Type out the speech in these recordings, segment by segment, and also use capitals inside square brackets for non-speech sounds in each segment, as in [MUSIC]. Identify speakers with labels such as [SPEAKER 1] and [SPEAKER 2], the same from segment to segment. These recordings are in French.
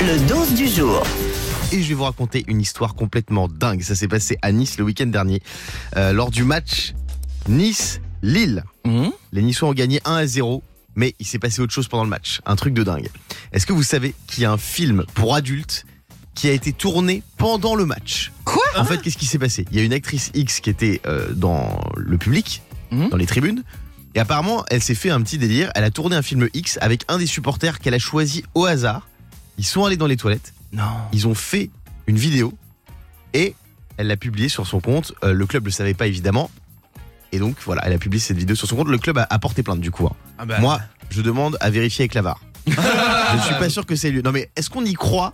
[SPEAKER 1] Le 12 du jour.
[SPEAKER 2] et je vais vous raconter une histoire complètement dingue. Ça s'est passé à Nice le week-end dernier euh, lors du match Nice-Lille. Les Niçois ont gagné 1 à 0, mais il s'est passé autre chose pendant le match. Un truc de dingue. Est-ce que vous savez qu'il y a un film pour adultes qui a été tourné pendant le match
[SPEAKER 3] Quoi
[SPEAKER 2] En fait, qu'est-ce qui s'est passé Il y a une actrice X qui était euh, dans le public,
[SPEAKER 3] Mhm.
[SPEAKER 2] dans les tribunes. Et apparemment, elle s'est fait un petit délire. Elle a tourné un film X avec un des supporters qu'elle a choisi au hasard. Ils sont allés dans les toilettes
[SPEAKER 3] Non.
[SPEAKER 2] ils ont fait une vidéo et elle l'a publiée sur son compte. Euh, le club ne le savait pas évidemment. Et donc voilà, elle a publié cette vidéo sur son compte. Le club a, a porté plainte du coup. hein.
[SPEAKER 3] Ah bah.
[SPEAKER 2] Moi, je demande à vérifier avec la VAR. je suis pas sûr que c'est lieu. Non mais est-ce qu'on y croit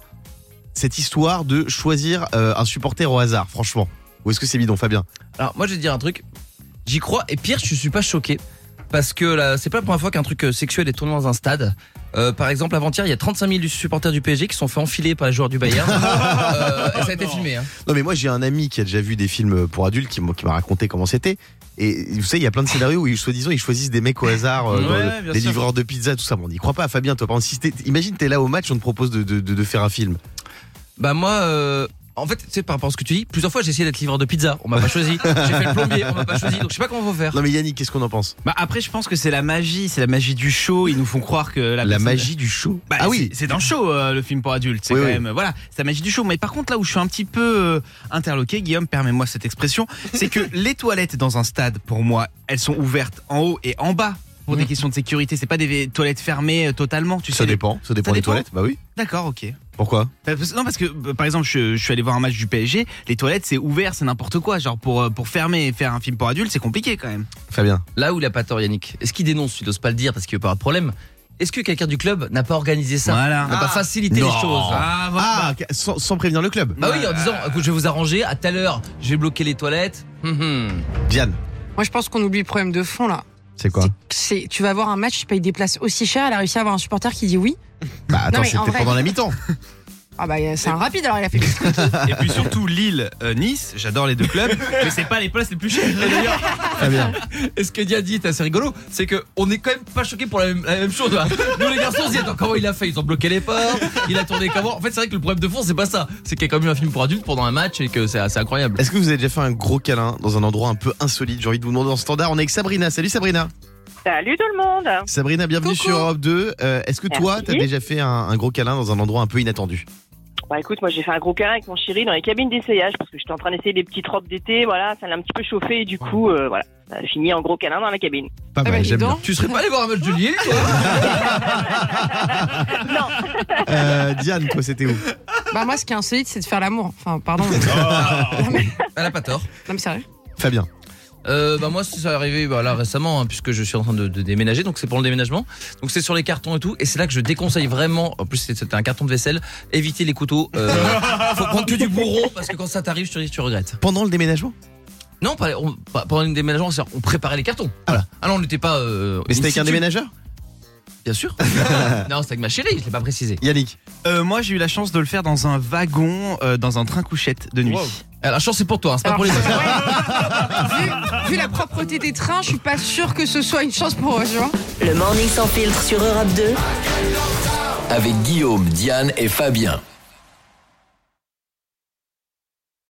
[SPEAKER 2] cette histoire de choisir euh, un supporter au hasard, franchement Ou est-ce que c'est bidon, Fabien
[SPEAKER 3] Alors, moi, je vais te dire un truc. J'y crois, et pire, je suis pas choqué. Parce que là, c'est pas la première fois qu'un truc euh, sexuel est tourné dans un stade. Euh, par exemple, avant-hier, il y a 35 000 supporters du PSG qui se sont fait enfiler par les joueurs du Bayern.
[SPEAKER 2] [LAUGHS]
[SPEAKER 3] Euh, et ça a été filmé. hein.
[SPEAKER 2] Non mais moi j'ai un ami qui a déjà vu des films pour adultes qui m'a qui m'a raconté comment c'était. Et vous savez, il y a plein de scénarios où ils- soi-disant ils choisissent des mecs au hasard, euh, dans
[SPEAKER 4] Ouais,
[SPEAKER 2] le-
[SPEAKER 4] bien
[SPEAKER 2] des
[SPEAKER 4] sûr.
[SPEAKER 2] livreurs de pizza, tout ça. Bon, on n'y croit pas, Fabien, toi, par exemple, si t'es- imagine t'es là au match, on te propose de, de- de- de faire un film.
[SPEAKER 3] Bah, moi, euh, en fait, tu sais, par rapport à ce que tu dis, plusieurs fois, j'ai essayé d'être livreur de pizza. On m'a pas choisi. J'ai fait le plombier, on m'a pas choisi. Donc, je sais pas comment faut faire.
[SPEAKER 2] Non mais Yannick, qu'est-ce qu'on en pense
[SPEAKER 4] Bah après, je pense que c'est la magie, c'est la magie du show. Ils nous font croire que la,
[SPEAKER 2] La
[SPEAKER 4] personne-
[SPEAKER 2] magie du show.
[SPEAKER 4] Bah,
[SPEAKER 2] ah oui,
[SPEAKER 4] c'est- c'est dans le show euh, le film pour adultes. C'est
[SPEAKER 2] Oui,
[SPEAKER 4] quand
[SPEAKER 2] oui.
[SPEAKER 4] même euh, voilà, c'est la magie du show. Mais par contre, là où je suis un petit peu euh, interloqué, Guillaume, permets-moi cette expression,
[SPEAKER 2] [LAUGHS]
[SPEAKER 4] c'est que les toilettes dans un stade, pour moi, elles sont ouvertes en haut et en bas pour des
[SPEAKER 3] Mhm.
[SPEAKER 4] questions de sécurité. C'est pas des vé- toilettes fermées euh, totalement. Tu
[SPEAKER 2] Mmh. ça
[SPEAKER 4] sais. les-
[SPEAKER 2] dépend, ça dépend
[SPEAKER 4] ça
[SPEAKER 2] des
[SPEAKER 4] dépend.
[SPEAKER 2] toilettes. Bah oui.
[SPEAKER 4] D'accord, ok.
[SPEAKER 2] Pourquoi
[SPEAKER 4] Bah, parce- Non parce que bah, par exemple je, je suis allé voir un match du PSG, les toilettes c'est ouvert, c'est n'importe quoi, genre pour euh, pour fermer et faire un film pour adultes c'est compliqué quand même.
[SPEAKER 2] Fabien.
[SPEAKER 3] Là où il a pas tort, Yannick, est-ce qu'il dénonce Il n'ose pas le dire parce qu'il veut pas avoir de problème. Est-ce que quelqu'un du club n'a pas organisé ça
[SPEAKER 4] Voilà.
[SPEAKER 3] N'a pas
[SPEAKER 4] Ah.
[SPEAKER 3] facilité les
[SPEAKER 2] Non.
[SPEAKER 3] choses
[SPEAKER 4] Ah, voilà.
[SPEAKER 2] Ah, sans, sans prévenir le club.
[SPEAKER 3] Bah oui, en disant, écoute, je vais vous arranger, à telle heure, je vais bloquer les toilettes. Hum, hum.
[SPEAKER 2] Diane,
[SPEAKER 5] Moi, je pense qu'on oublie le problème de fond là.
[SPEAKER 2] c'est quoi
[SPEAKER 5] C'est, tu vas voir un match, tu payes des places aussi chères. Elle a réussi à avoir un supporter qui dit oui.
[SPEAKER 2] Bah attends,
[SPEAKER 5] mais en
[SPEAKER 2] c'était
[SPEAKER 5] vrai-
[SPEAKER 2] pendant la mi-temps.
[SPEAKER 5] Ah bah c'est un rapide. Alors il a fait.
[SPEAKER 4] Et puis surtout Lille, euh, Nice, j'adore les deux clubs, mais c'est pas les places les plus chères. Et d'ailleurs,
[SPEAKER 2] Fabien.
[SPEAKER 3] Et ce que Dia dit, c'est assez rigolo, c'est que on est quand même pas choqués pour la même, la même chose. là. Nous les garçons, on se dit attends comment il a fait Ils ont bloqué les portes, il a tourné comment En fait, c'est vrai que le problème de fond, c'est pas ça. C'est qu'il y a quand même eu un film pour adultes pendant un match et que c'est assez incroyable.
[SPEAKER 2] Est-ce que vous avez déjà fait un gros câlin dans un endroit un peu insolite J'ai envie de vous demander en standard. On est avec Sabrina. Salut Sabrina.
[SPEAKER 6] Salut tout le monde
[SPEAKER 2] Sabrina, bienvenue
[SPEAKER 5] Coucou.
[SPEAKER 2] sur Europe 2. Euh, Est-ce que toi,
[SPEAKER 6] Merci.
[SPEAKER 2] t'as déjà fait un, un gros câlin dans un endroit un peu inattendu
[SPEAKER 6] Bah écoute, moi j'ai fait un gros câlin avec mon chéri dans les cabines d'essayage parce que j'étais en train d'essayer des petites robes d'été, voilà, ça l'a un petit peu chauffé et du coup, euh, voilà, ça a fini en gros câlin dans la cabine.
[SPEAKER 2] Pas
[SPEAKER 5] Ah bah, dis donc.
[SPEAKER 3] Tu serais pas allé voir un match de Lille toi
[SPEAKER 6] Non
[SPEAKER 2] bien. Euh, Diane, toi, c'était où
[SPEAKER 5] Bah moi, ce qui est insolite, c'est de faire l'amour. Enfin, pardon. non, mais,
[SPEAKER 3] Elle a pas tort.
[SPEAKER 5] non, mais sérieux.
[SPEAKER 2] Fabien.
[SPEAKER 3] Euh, bah moi, c'est arrivé bah, là récemment, hein, puisque je suis en train de, de déménager, donc c'est pour le déménagement. Donc c'est sur les cartons et tout, et c'est là que je déconseille vraiment. En plus, c'était c'était un carton de vaisselle. Évitez les couteaux.
[SPEAKER 2] [LAUGHS]
[SPEAKER 3] Euh, faut prendre que du bourron parce que quand ça t'arrive, je te dis, tu regrettes.
[SPEAKER 2] Pendant le déménagement
[SPEAKER 3] Non, pas, on, pas- pendant le déménagement, c'est-à-dire, on préparait les cartons. Voilà. Ah non, on n'était pas. euh,
[SPEAKER 2] Mais c'était
[SPEAKER 3] in
[SPEAKER 2] avec un
[SPEAKER 3] situ,
[SPEAKER 2] déménageur
[SPEAKER 3] Bien
[SPEAKER 2] [LAUGHS]
[SPEAKER 3] sûr. non, c'était avec ma chérie, je l'ai pas précisé.
[SPEAKER 2] Yannick.
[SPEAKER 4] euh, moi j'ai eu la chance de le faire dans un wagon, euh, dans un train couchette de nuit.
[SPEAKER 3] Wow. Ah, La chance, c'est pour toi, hein, c'est pas
[SPEAKER 5] Alors,
[SPEAKER 3] pour les autres.
[SPEAKER 5] ouais, vu, vu la propreté des trains, je suis pas sûre que ce soit une chance pour eux, tu vois.
[SPEAKER 1] Le morning sans filtre sur Europe 2.
[SPEAKER 7] avec Guillaume, Diane et Fabien.